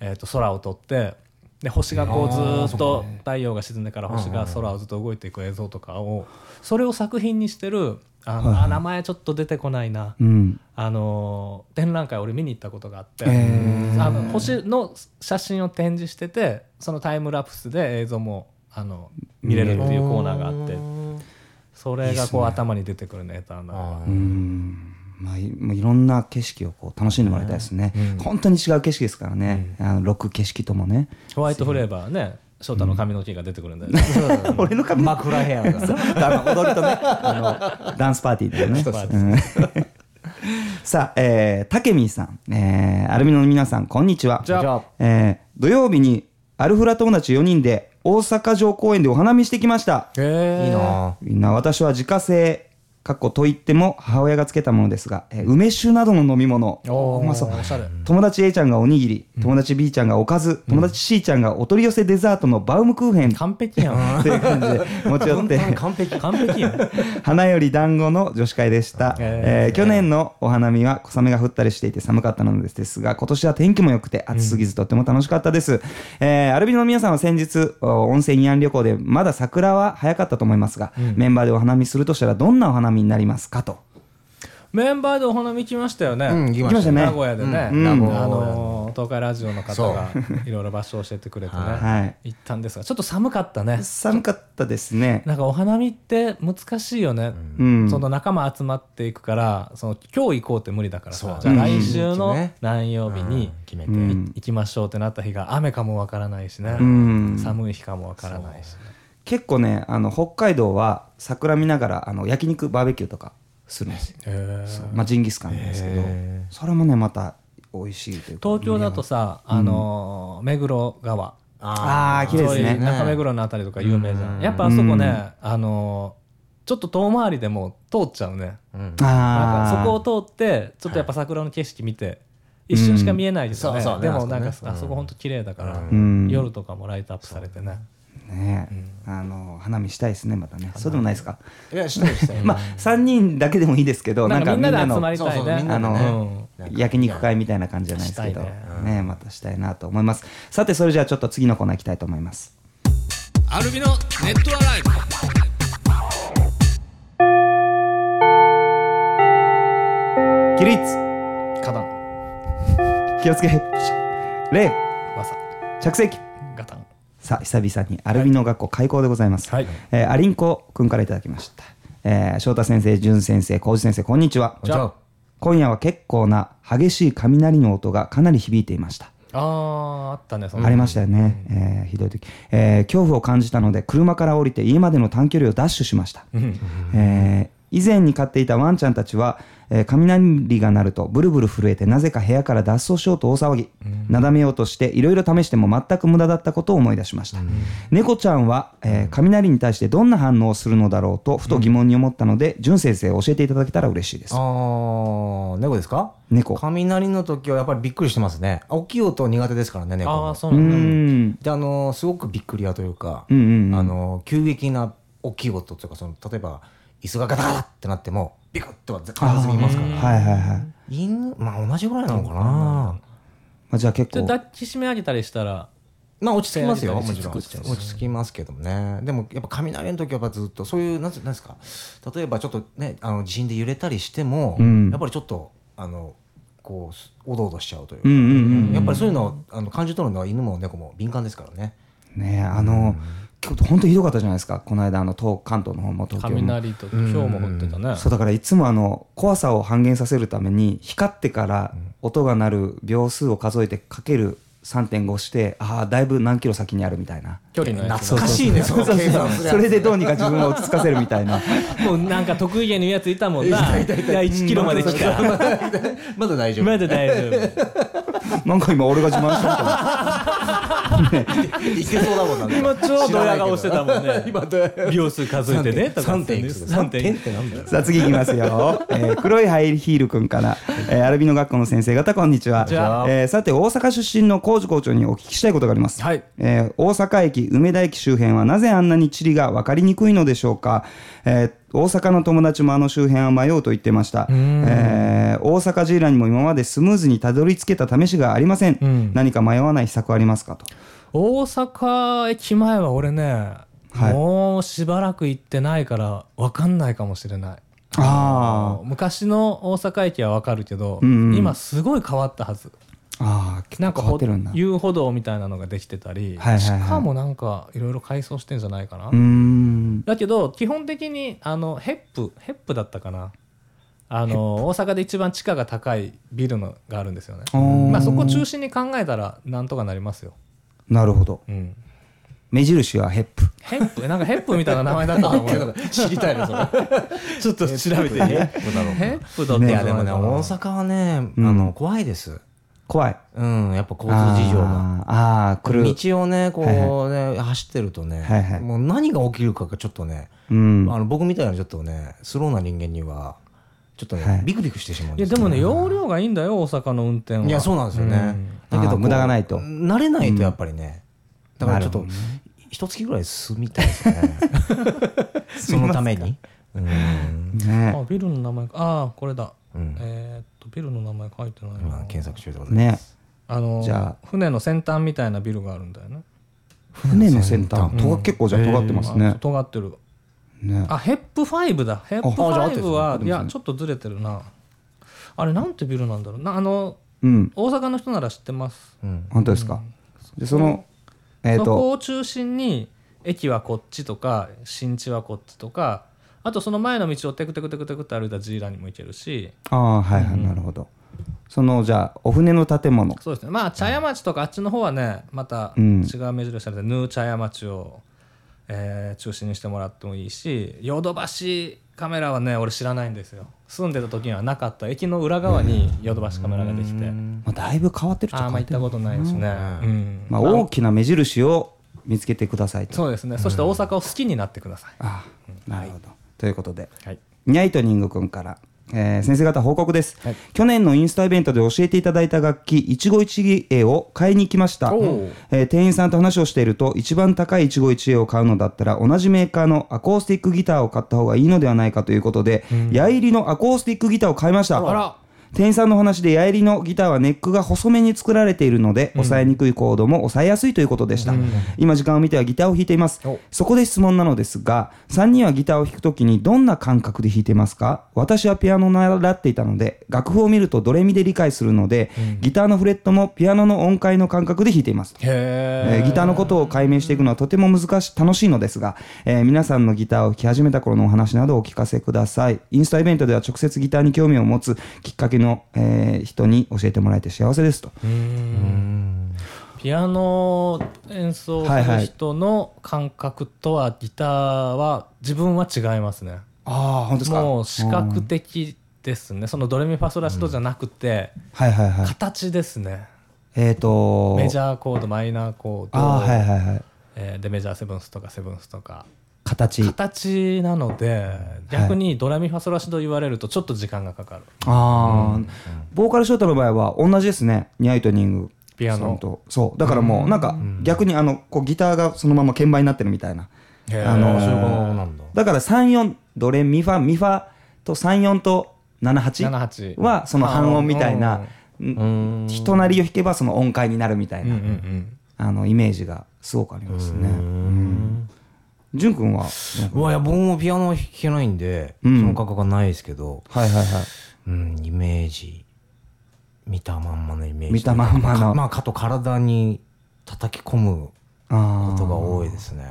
S2: えー、と空を撮ってで星がこうずーっと太陽が沈んでから星が空をずっと動いていく映像とかをそれを作品にしてるあの、あ名前ちょっと出てこないな。
S1: <laughs> うん
S2: あのー展覧会俺見に行ったことがあって、
S1: へ
S2: あの星の写真を展示しててそのタイムラプスで映像もあの見れるっていうコーナーがあってそれがこう頭に出てくるねエターナルは
S3: あ
S1: <laughs> うんまあ、いもういろんな景色をこう楽しんでもらいたいですね、本当に違う景色ですからね、あのロック景色ともね
S2: ホワイトフレーバーね翔太の髪の毛が出てくるんだよね、
S3: ー俺の髪マクラヘアが
S1: <laughs> あの踊りとねあのダンスパーティーでね
S2: ダンスパーテ
S1: うん <laughs> さあ、えー、たけみーさん、えー、アルミノの皆さんこんにちは
S3: じゃあ
S1: えー土曜日にアルフラ友達4人で大阪城公園でお花見してきました
S2: え
S3: いいな
S1: みんな私は自家製かっこといっても母親がつけたものですが、えー梅酒などの飲み物
S2: おー
S1: うまそう
S2: おしゃれ
S1: 友達 A ちゃんがおにぎり友達 B ちゃんがおかず、友達 C ちゃんがお取り寄せデザートのバウムクーヘン
S2: 完璧やん
S1: という感じで持ち寄って
S2: 完璧完璧やん
S1: <laughs> 花より団子の女子会でした、
S2: えー
S1: えー去年のお花見は小雨が降ったりしていて寒かったのですが今年は天気も良くて暑すぎずとっても楽しかったです、えーアルビノの皆さんは先日お温泉ニャン旅行でまだ桜は早かったと思いますが、メンバーでお花見するとしたらどんなお花見になりますかと
S2: メンバーでお花見来ましたよね、
S3: うん、行き
S1: 行
S3: ま
S1: きま
S3: し
S1: したたね
S2: 名古屋でね、
S1: うん
S2: あ
S1: 名
S2: の
S1: 古
S2: あの東海ラジオの方がいろいろ場所を教えてくれてね、
S1: はい
S2: 行ったんですがちょっと寒かったね
S1: 寒かったですね
S2: なんかお花見って難しいよね、
S1: うん
S2: その仲間集まっていくからその今日行こうって無理だから
S3: そ
S2: さ
S3: う
S2: じゃあ
S1: うん
S2: 来週の
S3: ね
S2: 何曜日に
S3: 決め
S1: う
S3: て。
S1: ん
S2: 行きましょうってなった日が雨かもわからないしね、
S1: うん
S2: 寒い日かもわからないしね、
S1: 結構ねあの北海道は桜見ながらあの焼肉バーベキューとかするんですよ、
S2: へー
S1: まあ、ジンギスカンなんですけど
S3: へ
S1: それもねまた美味しいというか
S2: 東京だとさ、あのー目黒川
S1: あー綺麗ですね
S2: そういう中目黒のあたりとか有名じゃん、やっぱあそこね、あのーちょっと遠回りでも通っちゃうね
S3: うん
S1: あ
S2: な
S1: あ
S2: んかそこを通ってちょっとやっぱ桜の景色見て、一瞬しか見えないですよね、
S3: うんそうそうね
S2: でもなんか
S3: あ
S2: あ
S3: そ
S2: そ,、
S3: こね
S2: こほんと綺麗だから、
S1: ん
S2: 夜とかもライトアップされてね、
S1: ねえ、あの花見したいですねまたねそうでもないですか、
S3: いや、したいしたい。
S1: まあ3人だけでもいいですけどな
S2: な
S1: んん
S2: か
S1: か
S2: み
S1: み
S2: ん
S1: んな
S2: なで集
S1: の
S2: まりたいね
S3: そうそうみんな
S1: あ
S3: でね
S2: の
S3: なんか
S1: 焼肉会みたいな感じじゃないですけど
S2: した
S1: ね
S2: いね
S1: えまたしたいなと思いますさてそれじゃあちょっと次のコーナー行きたいと思います
S2: アルビのネットアライブ
S1: 起立
S2: 花壇
S1: 気をつけ礼
S2: わさ
S1: 着席
S2: ガタン
S1: さあ久々にアルビノ学校開校でございます、
S2: はい
S1: えーアリンコくんからいただきました、えー、翔太先生淳先生浩二先生こんにちは
S2: じゃあ
S1: 今夜は結構な激しい雷の音がかなり響いていました
S2: あーあったねその
S1: ありましたよね、えーひどい時、えー恐怖を感じたので車から降りて家までの短距離をダッシュしました、えー以前に飼っていたワンちゃんたちは、えー雷が鳴るとブルブル震えてなぜか部屋から脱走しようと大騒ぎ、なだめようとしていろいろ試しても全く無駄だったことを思い出しました、猫ちゃんは、えー雷に対してどんな反応をするのだろうとふと疑問に思ったので、淳先生教えていただけたら嬉しいです
S3: あー猫ですか
S1: 猫
S3: 雷の時はやっぱりびっくりしてますね。大きい音苦手ですからね、猫も。
S2: ああそう
S1: うー
S2: なんんだ、
S3: であのすごくびっくりやというか、
S1: うんうんうん
S3: あの急激な大きい音というかその例えば椅子がガタガタってなってもビクッとは必ず見ますから、
S1: はいはいはい、
S3: 犬まあ同じぐらいなのかな、
S1: まあ、じゃあ結
S2: で
S1: 構
S2: 抱きしめ上げたりしたら
S3: まあ落ち着きますよも
S2: 落
S3: ち
S2: ち
S3: ろ
S2: 着
S3: ん
S2: く
S3: 落ち着きますけどもねでもやっぱ雷の時はやっぱずっとそういうなんてなんですか例えばちょっとねあの地震で揺れたりしても、
S1: うん
S3: やっぱりちょっとあのこうおどおどしちゃうというか、
S1: うんうんうん
S3: やっぱりそういうのをあの感じ取るのは犬も猫も敏感ですから
S1: <laughs>
S3: ね。
S1: ねえあの、今日本当ひどかったじゃないですかこの間あの東関東の方も東京も
S2: 雷と今日も降ってたね、
S1: そうだからいつもあの怖さを半減させるために光ってから音が鳴る秒数を数えてかける3.5してああだいぶ何キロ先にあるみたいな
S2: 距離のやつ
S3: 懐かしいねその計算すりゃ
S1: それでどうにか自分を落ち着かせるみたいな
S2: もうなんか得意げに言うやついたもんな。いや1キロまで来た。
S3: まだ大丈夫
S2: まだ大丈夫。
S1: なんか今俺が自慢したみたいない
S3: けそうだもんな。。
S2: 今超ドヤ顔してたもん
S1: <laughs>
S2: ね
S3: 今ドヤ顔
S2: 秒数数えてねとか
S3: 3点いくつ3
S2: 3点
S3: 点ってなんだよ。
S1: さあ次いきます
S2: <laughs>
S1: よ、えー黒いハイヒールくんから、えーアルビノ学校の先生方こんにちは
S2: んにちは
S1: えーさて大阪出身の高次校長にお聞きしたいことがあります、
S2: はい
S1: えー大阪駅梅田駅周辺はなぜあんなに地理が分かりにくいのでしょうか、えー大阪の友達もあの周辺は迷うと言ってました、えー大阪 G ラにも今までスムーズにたどり着けた試しがありません、何か迷わない秘策はありますかと
S2: 大阪駅前は俺ね、
S1: はい
S2: もうしばらく行ってないから分かんないかもしれない。
S1: あ
S2: 昔の大阪駅は分かるけど、
S1: うんうん
S2: 今すごい変わったはず。
S1: あー結
S2: なん
S1: 構
S2: か
S1: 変わ
S2: ほ
S1: ってるんだ
S2: 遊歩道みたいなのができてたり、
S1: はいはいはい
S2: 地下もなんかいろいろ改装してんじゃないかな。
S1: うーん
S2: だけど基本的にあのヘップヘップだったかなあの大阪で一番地価が高いビルのがあるんですよね
S1: あー
S2: まあそこ中心に考えたらなんとかなりますよ、
S1: なるほど
S2: うん、
S1: 目印はヘップ
S2: ヘップなんかヘップみたいな名前だったと
S3: なん
S2: 思
S3: ていう <laughs>
S2: う
S3: のか知りたいねそれ。
S2: ちょっと調べてい
S3: どう
S2: い
S3: だろう
S2: ヘップだったんじゃない
S3: やでもね
S2: かな
S3: 大阪はねあ
S1: うん
S3: の怖いです。
S1: 怖い
S3: うん、やっぱ交通事情が。
S1: あーあー来る
S3: 道をね、こうね、走ってるとね、
S1: はいはい
S3: もう何が起きるかがちょっとね、
S1: うん
S3: あの僕みたいなちょっとね、スローな人間には、ちょっとね、
S1: はい
S3: ビクビクしてしまうん
S2: いや
S3: すよ
S2: でもね容量がいいんだよ大阪の運転はい
S3: や、そうなんですよね。だけ
S1: あー
S3: ど、
S1: 無駄がないと
S3: 慣れないとやっぱりね、だからちょっ
S1: な
S3: と
S1: る、
S3: 一月ぐらい住みたいで
S1: <laughs>
S3: すね。そのために。うん。
S1: ね
S2: あビルの名前かああこれだ、
S3: うん
S2: えーっとビルの名前書いてないな、
S3: 今、検索中でございます。
S1: ね
S2: あの
S1: じゃ
S2: 船の先端みたいなビルがあるんだよね
S1: 船の先端
S3: うん
S1: とが結構じゃあ尖ってます
S2: あ
S1: ね
S2: 尖ってる
S1: ね
S2: あヘップ5だヘップ
S3: あじゃあ合ってる
S2: 5
S3: 合っ
S2: は
S3: て
S2: いやちょっとずれてるなあれなんてビルなんだろうなあの
S1: うん
S2: 大阪の人なら知ってます
S3: うん。
S1: 本当ですかでそのえっ
S2: そことを中心に駅はこっちとか新地はこっちとかあとその前の道をテクテクテクテクって歩いたジーラにも行けるし
S1: ああはいはいなるほどそのじゃあお船の建物
S2: そうですねまあ茶屋町とかあっちの方はねまた違
S1: う
S2: うん目印されてヌー茶屋町を、えー中心にしてもらってもいいしヨドバシカメラはね俺知らないんですよ住んでた時にはなかった駅の裏側にヨドバシカメラができて
S1: まあだいぶ変わってるっち
S2: あ
S1: ゃ
S2: あ
S1: 変わ
S2: まあ
S1: っ
S2: 行って
S1: る
S2: たことないですね、
S3: うん
S2: うん
S1: まあ大きな目印を見つけてくださいと
S2: そうですねそして大阪を好きになってください
S1: ああなるほどということで
S2: はい
S1: ニャイトニングくんから、えー先生方報告です、
S2: はい
S1: 去年のインスタイベントで教えていただいた楽器一期一会を買いに行きました
S2: おう、
S1: えー店員さんと話をしていると一番高い一期一会を買うのだったら同じメーカーのアコースティックギターを買った方がいいのではないかということで、矢入りのアコースティックギターを買いました
S2: あら
S1: 店員さんの話で矢入りのギターはネックが細めに作られているので、抑えにくいコードも抑えやすいということでした、今時間を見てはギターを弾いています
S2: お
S1: そこで質問なのですが3人はギターを弾くときにどんな感覚で弾いてますか私はピアノを習っていたので楽譜を見るとドレミで理解するので、ギターのフレットもピアノの音階の感覚で弾いています
S2: へえ
S1: えーギターのことを解明していくのはとても難し楽しいのですが、えー皆さんのギターを弾き始めた頃のお話などをお聞かせくださいインスタイベントでは直接ギターに興味を持つきっかけの、えー人に教えてもらえて幸せですと
S2: ピアノ演奏する人の感覚とはギターは自分は違いますね。
S1: ああ本当ですか
S2: もう視覚的ですね。そのドレミファソラシドじゃなくて、
S1: はいはいはい
S2: 形ですね。
S1: えっ、と
S2: メジ
S1: ー
S2: ャーコード、マイナーコード、
S1: ああはいはいはい
S2: えーでメジャーセブンスとかセブンスとか。
S1: 形
S2: 形なので、逆にドレミファソラシド言われるとちょっと時間がかかる。
S1: ああ、ボーカルショートの場合は同じですねニャイトニング
S2: ピアノ
S1: さんとそうだからもうなんか逆にあのこうギターがそのまま鍵盤になってるみたいな
S2: へー
S1: あの
S3: あそういうことなんだ。
S1: だから34ドレミファミファと34と
S2: 78
S1: 78はその半音みたいな
S3: うん。
S1: 人なりを弾けばその音階になるみたい
S2: うんう
S1: な、
S2: んうん。
S1: あのイメージがすごくありますね。うん淳君はなんか
S3: うわ、いや、僕もピアノ弾けないんで、
S1: うん
S3: その感覚はないですけど、
S1: はいはいはい
S3: うん、イメージ。見たまんまのイメージ。
S1: 見たまんまの
S3: かまあ、かと体に叩き込む
S1: あ
S3: こと
S1: ー
S3: が多いですね。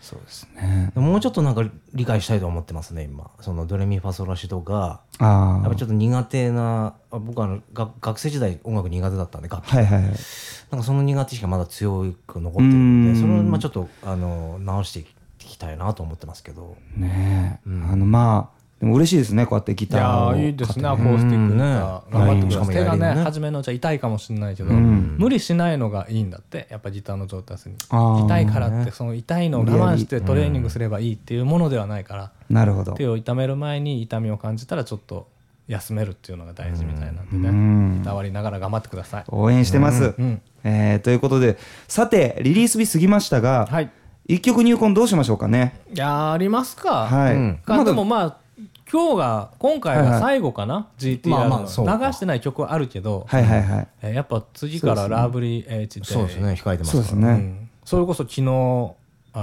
S1: そうですね。
S3: もうちょっとなんか理解したいと思ってますね、今。そのドレミファソラシドが、
S1: あ
S3: やっぱ
S1: あ
S3: ちょっと苦手な、あ僕はあのが学生時代音楽苦手だったんで、楽器
S1: はいはいはい
S3: なんかその苦手意識がまだ強く残ってるん
S1: うん
S3: で、それをまあちょっとあの直していきたいなと思ってますけど。
S1: ねえ、あのまあでも嬉しいですねこうやってギ
S2: い
S1: ター
S2: や
S1: を
S2: ーいいですねアコースティッ
S3: う
S2: クね
S3: ん
S2: 頑張ってくだ
S3: ラ
S2: さい
S3: イン
S2: 手
S3: しかもや
S2: が
S3: りね
S2: ね初めのうちは痛いかもしれないけど、
S1: うん
S2: 無理しないのがいいんだってやっぱギターの上達に
S1: あー
S2: 痛いからってその痛いのを我慢してトレーニングすればいいっていうものではないから、
S1: なるほど
S2: 手を痛める前に痛みを感じたらちょっと休めるっていうのが大事みたいなんでね、
S1: うん
S2: いたわりながら頑張ってください、
S1: 応援してます、
S2: うん
S1: えーということでさてリリース日過ぎましたが、
S2: はい
S1: 一曲入魂どうしましょうかね
S2: やりますか、
S1: はい、
S3: うん
S2: かでもまあ今日が今回が最後かな、GTR の、
S3: まあまあそうか
S2: 流してない曲はあるけど、
S1: はいはいはい
S2: えーやっぱ次からラブリー H で
S3: そうですね、控えてます
S1: そうで
S3: から。
S1: す
S2: う
S1: ね、
S2: んそれこそ昨日あ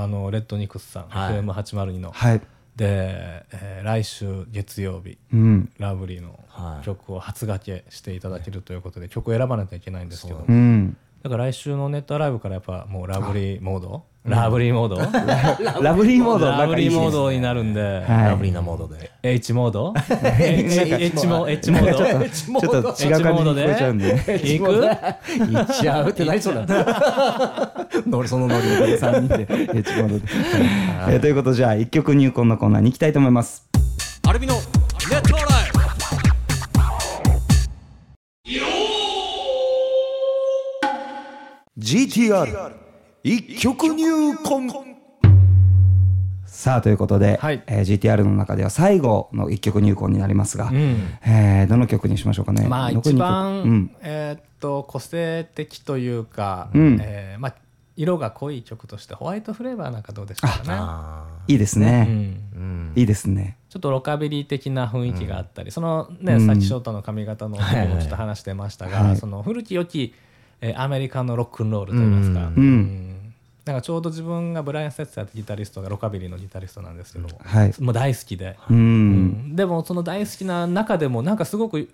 S2: のレッドニックスさん、
S3: はい
S2: FM802 の、
S1: はい
S2: で、えー来週月曜日
S1: うん
S2: ラブリーの
S3: はい
S2: 曲を初書けしていただけるということで、曲を選ばなきゃいけないんですけど
S1: うん
S2: だから来週のネットライブからやっぱもうラブリーモードラブリーモード
S1: ラブリーモード
S2: ラブリーモー
S1: ド
S2: ドになるんで、
S1: はい
S3: ラブリーなモードで。
S2: H モ
S1: <laughs>
S2: ード H モード H モード
S1: ちょっと違う感じに聞こえちゃうんで
S2: 行く
S3: 行っちゃうってなりそうだな。俺そのノ
S1: <laughs>
S3: リで。
S1: 3人で H モー
S2: <laughs>
S1: ドで、えーということでじゃあ一曲入魂のコーナーに行きたいと思います
S4: アルミのネットライブ GTR 一曲入魂
S1: さあということで、
S2: はい
S1: えー GTR の中では最後の一曲入魂になりますが、
S2: ん
S1: えーどの曲にしましょうかね
S2: まあ
S1: 残
S2: 一
S1: り二曲
S2: 番、
S1: うん
S2: えーっと個性的というか、
S1: うん
S2: えーまあ、色が濃い曲としてホワイトフレーバーなんかどうでしょうか
S3: あ
S1: いいです
S2: ね、う
S1: ね、
S2: ん
S3: うん
S1: いいですね
S2: ちょっとロカビリー的な雰囲気があったり、そのね、
S1: うん
S2: さっきショートの髪型の時もちょっと話してましたが、
S1: はい
S2: その古き良き、えーアメリカのロックンロールといいますか、
S3: うん
S1: うん
S2: うんなんかちょうど自分がブライアン・セッツァーってギタリストがロカビリーのギタリストなんですけど、
S1: はい
S2: もう大好きで、
S1: うん、
S2: うんでもその大好きな中でもなんかすごく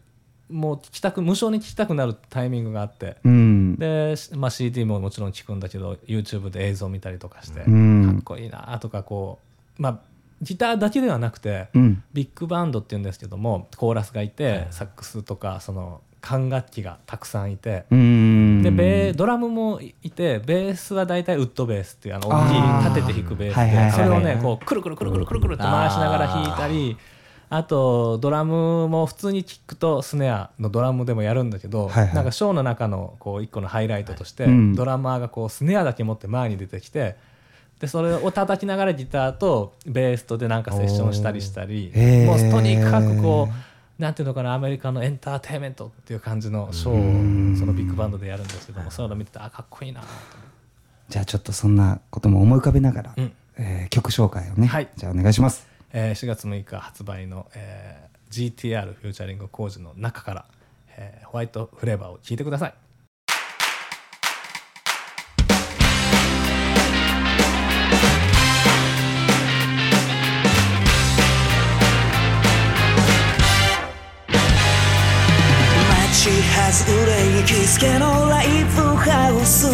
S2: もう聞きたく無償に聞きたくなるタイミングがあって、
S1: うん
S2: で、しまあ、CD ももちろん聞くんだけど YouTube で映像見たりとかして、
S1: うん
S2: かっこいいなとかこうまあギターだけではなくて、
S1: うん
S2: ビッグバンドっていうんですけどもコーラスがいてサックスとかその管楽器がたくさんいて。
S1: うん
S2: でベードラムもいてベースは大体ウッドベースっていうあの大き
S1: あー
S2: い立てて弾くベースで、
S1: はいはいはいはい
S2: それをねこうくるくるくるくるくるくるって回しながら弾いたりあとドラムも普通に聞くとスネアのドラムでもやるんだけど、
S1: はいはい
S2: なんかショーの中のこう一個のハイライトとして、
S1: うん
S2: ドラマーがこうスネアだけ持って前に出てきてでそれを叩きながらギターとベースとでなんかセッションしたりしたり
S1: おー
S2: もうとにかくこ
S1: へ
S2: う。なんていうのかなアメリカのエンターテインメントっていう感じのショーをそのビッグバンドでやるんですけどもそういうの見ててあかっこいいなと
S1: じゃあちょっとそんなことも思い浮かべながら、
S2: うん
S1: えー曲紹介をね、
S2: はい
S1: じゃあお願いします
S2: えー4月6日発売の、えー GTR フューチャリング工事の中から、えーホワイトフレーバーを聴いてください
S5: 街外れ行きつけのライブハウス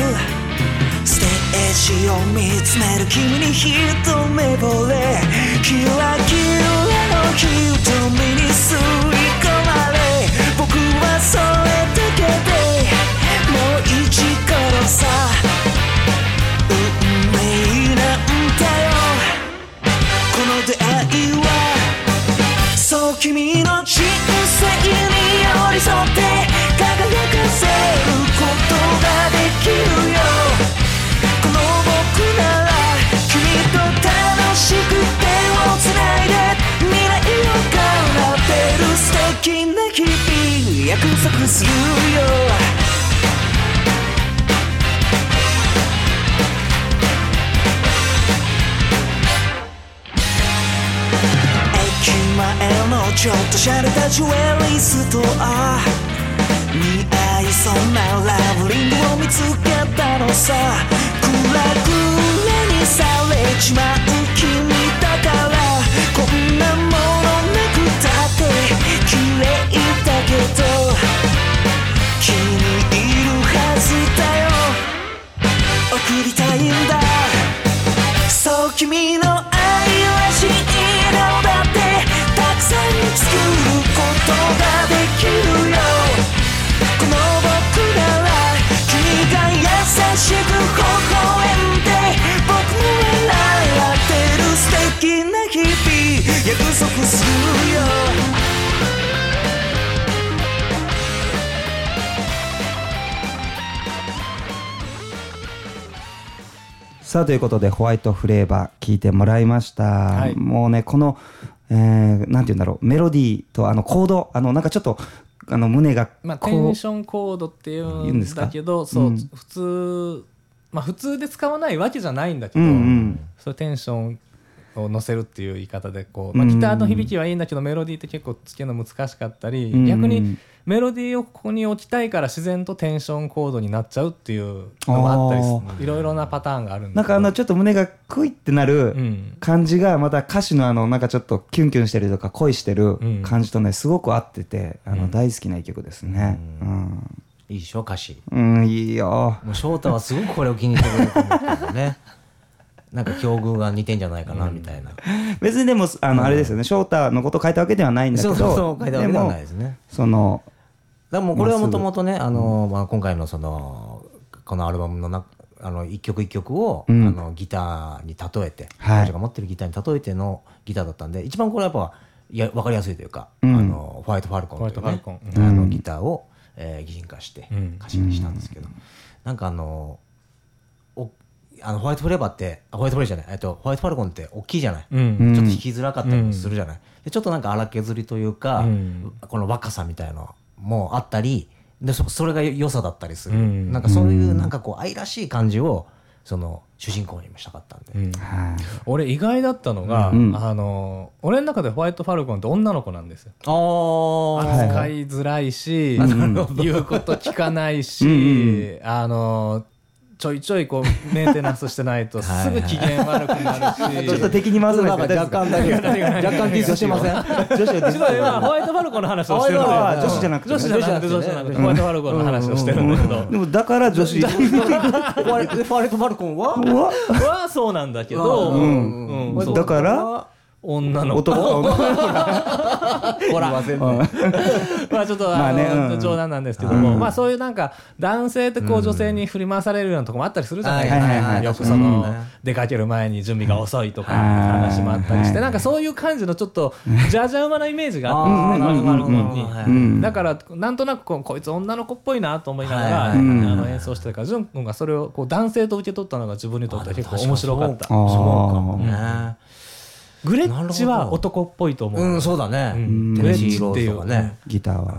S5: ステージを見つめる君に一目惚れキラキラの瞳に吸い込まれ僕はそれだけでもう一度さ運命なんだよこの出会いはそう君の人生に寄り添って輝かせることができるよこの僕なら君と楽しく手をつないで未来を奏でる素敵な日々約束するよ駅前のちょっとシャレたジュエリーストア似合いそうなラブリングを見つけたのさくらくらにされちまう君だからこんなものなくたって綺麗だけど気に入るはずだよ送りたいんだそう君の愛らしいのだってたくさん作ることができるよこの僕なら君が優しく微笑んで僕も笑ってる素敵な日々約束するよ
S1: さあということでホワイトフレーバー聞いてもらいました、
S2: い
S1: もうねこの、えーなんて言うんだろうメロディーとあのコードあのなんかちょっとあの胸がこう、
S2: まあ、テンションコードってい
S1: 言
S2: う
S1: うん
S2: ん
S1: ですか
S2: だけどそう、
S1: うん
S2: 普通、まあ、普通で使わないわけじゃないんだけ
S1: う
S2: ど、
S1: んうん
S2: そういうテンションを乗せるっていう言い方でこう、ま
S1: う
S2: あ、
S1: ん
S2: ギターの響きはいいんだけどメロディーって結構つけるの難しかったり、
S1: うん
S2: 逆にメロディーをここに置きたいから自然とテンションコードになっちゃうっていうのもあったりす
S1: あ
S2: いろいろなパターンがあるん
S1: な
S2: だ
S1: ん
S2: け
S1: か
S2: ど
S1: あのちょっと胸がクイってな
S2: う
S1: る
S2: ん
S1: 感じがまた歌詞のあのなんかちょっとキュンキュンしてるとか恋してる
S2: うん
S1: 感じとねすごく合っててあ
S2: う
S1: の
S2: ん
S1: 大好きな一曲ですね
S3: いいでしょ歌詞
S1: うん、うん、いいよ
S3: もう翔太はすごくこれを気に入ってくれると思ったんだねなんか境遇が似てんじゃないかなみたいな、
S1: 別にでもあのあれですよね翔太のことを変えたわけではないんだけど
S3: そうそうそう書いたわけではない
S1: で
S3: ですね
S1: もその
S3: だからもうこれはもともとね、あのまあ、今回のそのこのアルバムのなあの一曲一曲を、
S1: うん
S3: あのギターに例えて、
S1: はい
S3: 彼女が持ってるギターに例えてのギターだったんで一番これはやっぱいや分かりやすいというか、
S1: うん
S3: あのホワイトファルコンという、ね、
S2: ホワイトファルコ
S3: あ
S1: う
S3: の
S1: ん
S3: ギターを、えー擬人化して
S2: うん
S3: 歌詞にしたんですけど、なんかあのあのホワイトフレーバーってあホワイトフレーじゃないえっとホワイトファルコンって大きいじゃない、
S2: うん
S3: ちょっと引きづらかったりもするじゃない、でちょっとなんか荒削りというか、
S2: うん
S3: この若さみたいのもあったりでそそれが良さだったりする、
S2: うん
S3: なんかそういうなんかこう愛らしい感じをその主人公にもしたかったんで、
S2: うん
S1: はい
S2: 俺意外だったのが、
S1: うん
S2: あの俺の中でホワイトファルコンって女の子なんですよ
S3: あー
S2: 扱いづらいし、言うこと聞かないし、あのちょいちょいこうメンテナンスしてないとすぐ機嫌悪くなるし
S1: ちょっと敵に回さないです
S3: 若干だけ若干ディスしてません女子をディス
S2: 今今ホワイトファルコンの話をしてるんだ
S3: あ
S2: よ
S3: 今は女
S1: 子じゃなくて
S2: 女子じゃなくて女
S3: 女子
S2: 子じ
S3: じ
S2: ゃ
S3: ゃ
S2: な
S3: なく
S2: くて
S3: て
S2: ホワイトファルコンの話をしてるんだけど
S1: でもだから女子
S3: ファレファレット・ファルコンは
S1: は
S2: はそうなんだけど、
S1: ん
S2: うん
S1: うんだから
S2: 女の子
S1: 男は
S3: ほら
S2: <laughs> まあちょっと
S1: まあ
S2: あ
S1: ねう
S2: の
S1: ん
S2: 冗談なんですけども、まあそういうなんか男性ってこう女性に振り回されるようなとこもあったりするじゃないで
S1: は
S2: す
S1: いはいはいは
S2: か
S1: い
S2: よくその出かける前に準備が遅いとか話もあったりし
S1: は
S2: て
S1: い
S2: なんかそういう感じのちょっとじゃじゃ馬なイメージがあ
S3: あ
S2: って
S3: ー
S2: マルマルコ
S3: う
S2: ン
S3: んうんうん
S1: う
S2: に。
S1: ん
S2: だからなんとなくこうこいつ女の子っぽいなと思いながら
S3: はい
S2: あ
S3: はい
S1: はい
S2: の演奏してたから潤君がそれをこう男性と受け取ったのが自分にとっては結構面白かった
S1: あー
S3: そうかもね
S2: グレッチは男っぽいと思う
S3: うんそうだね
S2: ん
S3: テネシーローズとか
S2: うん
S3: ね
S1: ギターは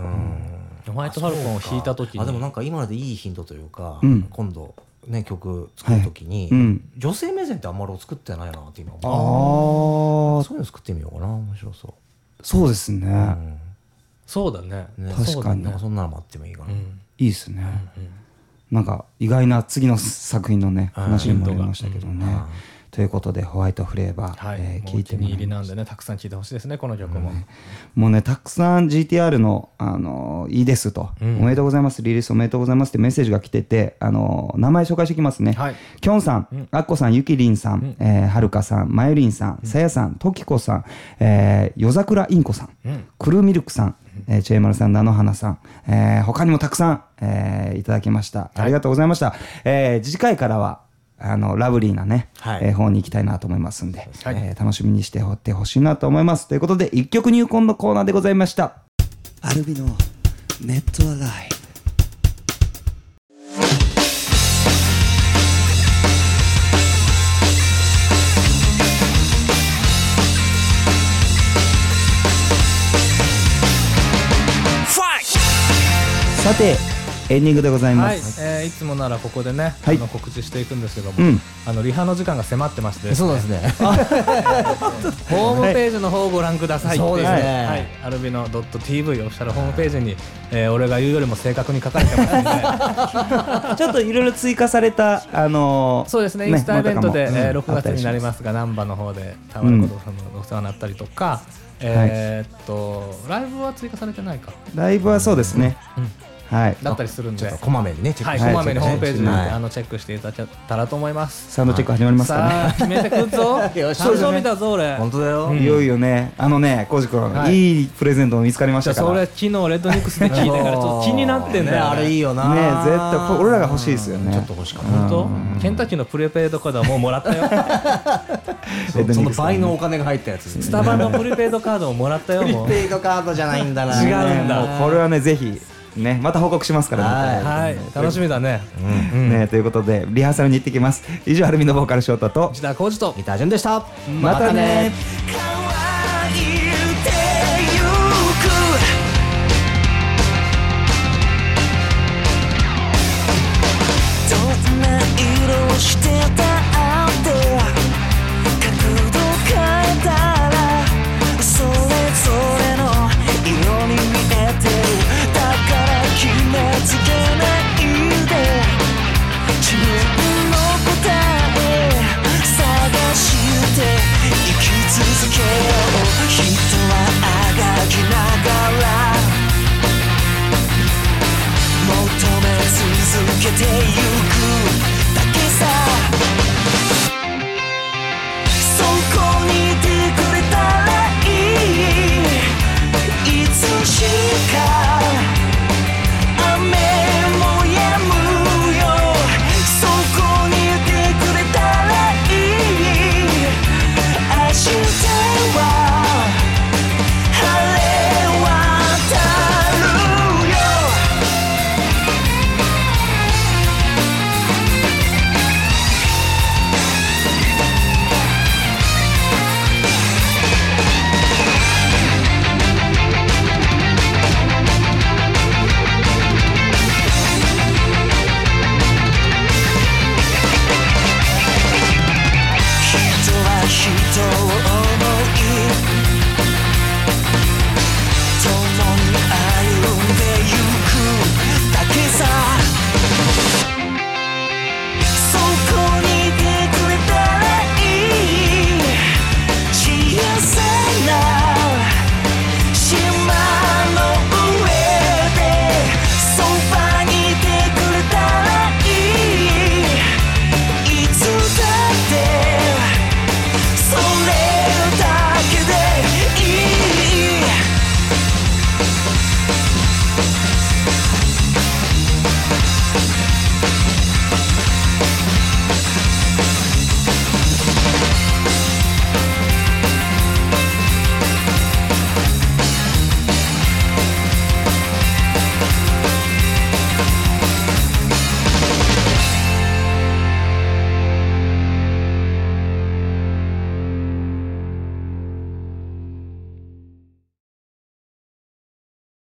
S2: ホワイトファルコンを弾いた時に
S3: あでもなんか今のでいいヒントというか、
S1: うん
S3: 今度ね曲作るときに、
S1: はいうん
S3: 女性目線ってあんまり作ってないなって今
S1: あ
S3: 思う
S1: ー
S3: そういうの作ってみようかな面白そ
S1: そうですね
S3: う、うん
S2: そうだね
S3: ね
S1: 確かに
S3: なんかそんなのもあってもいいかな、
S2: うん
S1: いいですね、なんか意外な次の作品のね話にもなりましたけどね、ということでホワイトフレーバー、
S2: はい、
S1: えー
S2: もう
S1: 聞いて
S2: お気
S1: み
S2: に入りなんでねたくさん聞いてほしいですねこの曲も、
S1: もうね、たくさん GTR の、あのーいいですと、おめでとうございます、リリースおめでとうございますってメッセージが来てて、あのー名前紹介してきますね。
S2: はい
S1: きょんさん、あっこさん、ゆきりんさん、えーはるかさん、まゆりんさん、さやさん、ときこさん、えー、夜桜インコさん、くるみるくさん、えー、ちえまるさん、菜の花さん、えー、他にもたくさん、えーいただきました。ありがとうございました。えー次回からは、あのラブリーなね、
S3: はい
S1: えー方に行きたいなと思いますんで、えー楽しみにしておってほしいなと思います。ということで、一曲入魂のコーナーでございました。
S5: アルビのネットアライ
S1: さて、エンディングでございま
S2: はい、
S1: す。
S2: えーいつもならここでね、
S1: はい
S2: あの告知していくんですけども、
S1: うん
S2: あのリハの時間が迫ってまして
S3: そうですね
S2: ホームページの方をご覧くださいっていう
S3: そうですね
S2: はい、アルビノ .tv オフィシャルホームページに、えー俺が言うよりも正確に書かれてますんで
S1: ちょっといろいろ追加された、あのー
S2: <laughs> そうですねインスタイベント
S1: また
S2: で、
S1: かも
S2: え
S1: うん
S2: ー6月になりますが難波の方でタワーことさんのお世話になったりとか、えーっとライブは追加されてないか
S1: ライブはそうですね。はい。
S2: だったりするん
S3: ちょ
S2: で
S3: っとこまめにねチェッ
S2: は
S3: ク
S2: い、
S3: し
S2: こ
S3: て
S2: まめにホームページで、
S3: はい
S2: あのチェックしていただけたらと思います。
S1: サウンドチェック始まりますかね。
S2: さあ、決めてくんぞ。
S3: よし
S2: 誕生日だぞ、俺。
S3: 本当だよ、
S1: いよいよね、あのね、コウジ君、
S2: はい
S1: い、いプレゼントも見つかりまし
S2: じゃ
S1: た
S2: あ
S1: から。
S2: それ
S1: ね、
S2: 昨日レッドニックスで聞いてからちょっと気になってんだ
S3: ね
S2: よ、
S3: あれいいよな
S1: 絶対、こ俺らが欲しいですよね。
S3: ちょっと欲しかった、
S2: 本当ケンタッキーのプレペイドカードはもうもらったよ
S1: レッド
S3: そ
S1: ニッ
S3: の
S1: クスからね
S3: 倍のお金が入ったやつですね
S2: スタバのプレペイドカードももらったよもう
S3: ペイドカードじゃないんだな
S2: 違うんだ
S1: ねもうこれはね、ぜひ、ね、また報告しますから、
S3: はい
S2: はい楽しみだね
S1: ね、ということで、リハーサルに行ってきます。以上、アルミのボーカルショータと、
S2: 内田浩二と
S3: ギター順でした
S1: またね。
S5: 乾いてゆくどんな色をしてたって角度変えたらそれぞれの色に見えてるだから決めつけないで自分の答え探して生き続けよう人はあがきながら求め続けてゆくだけさ人を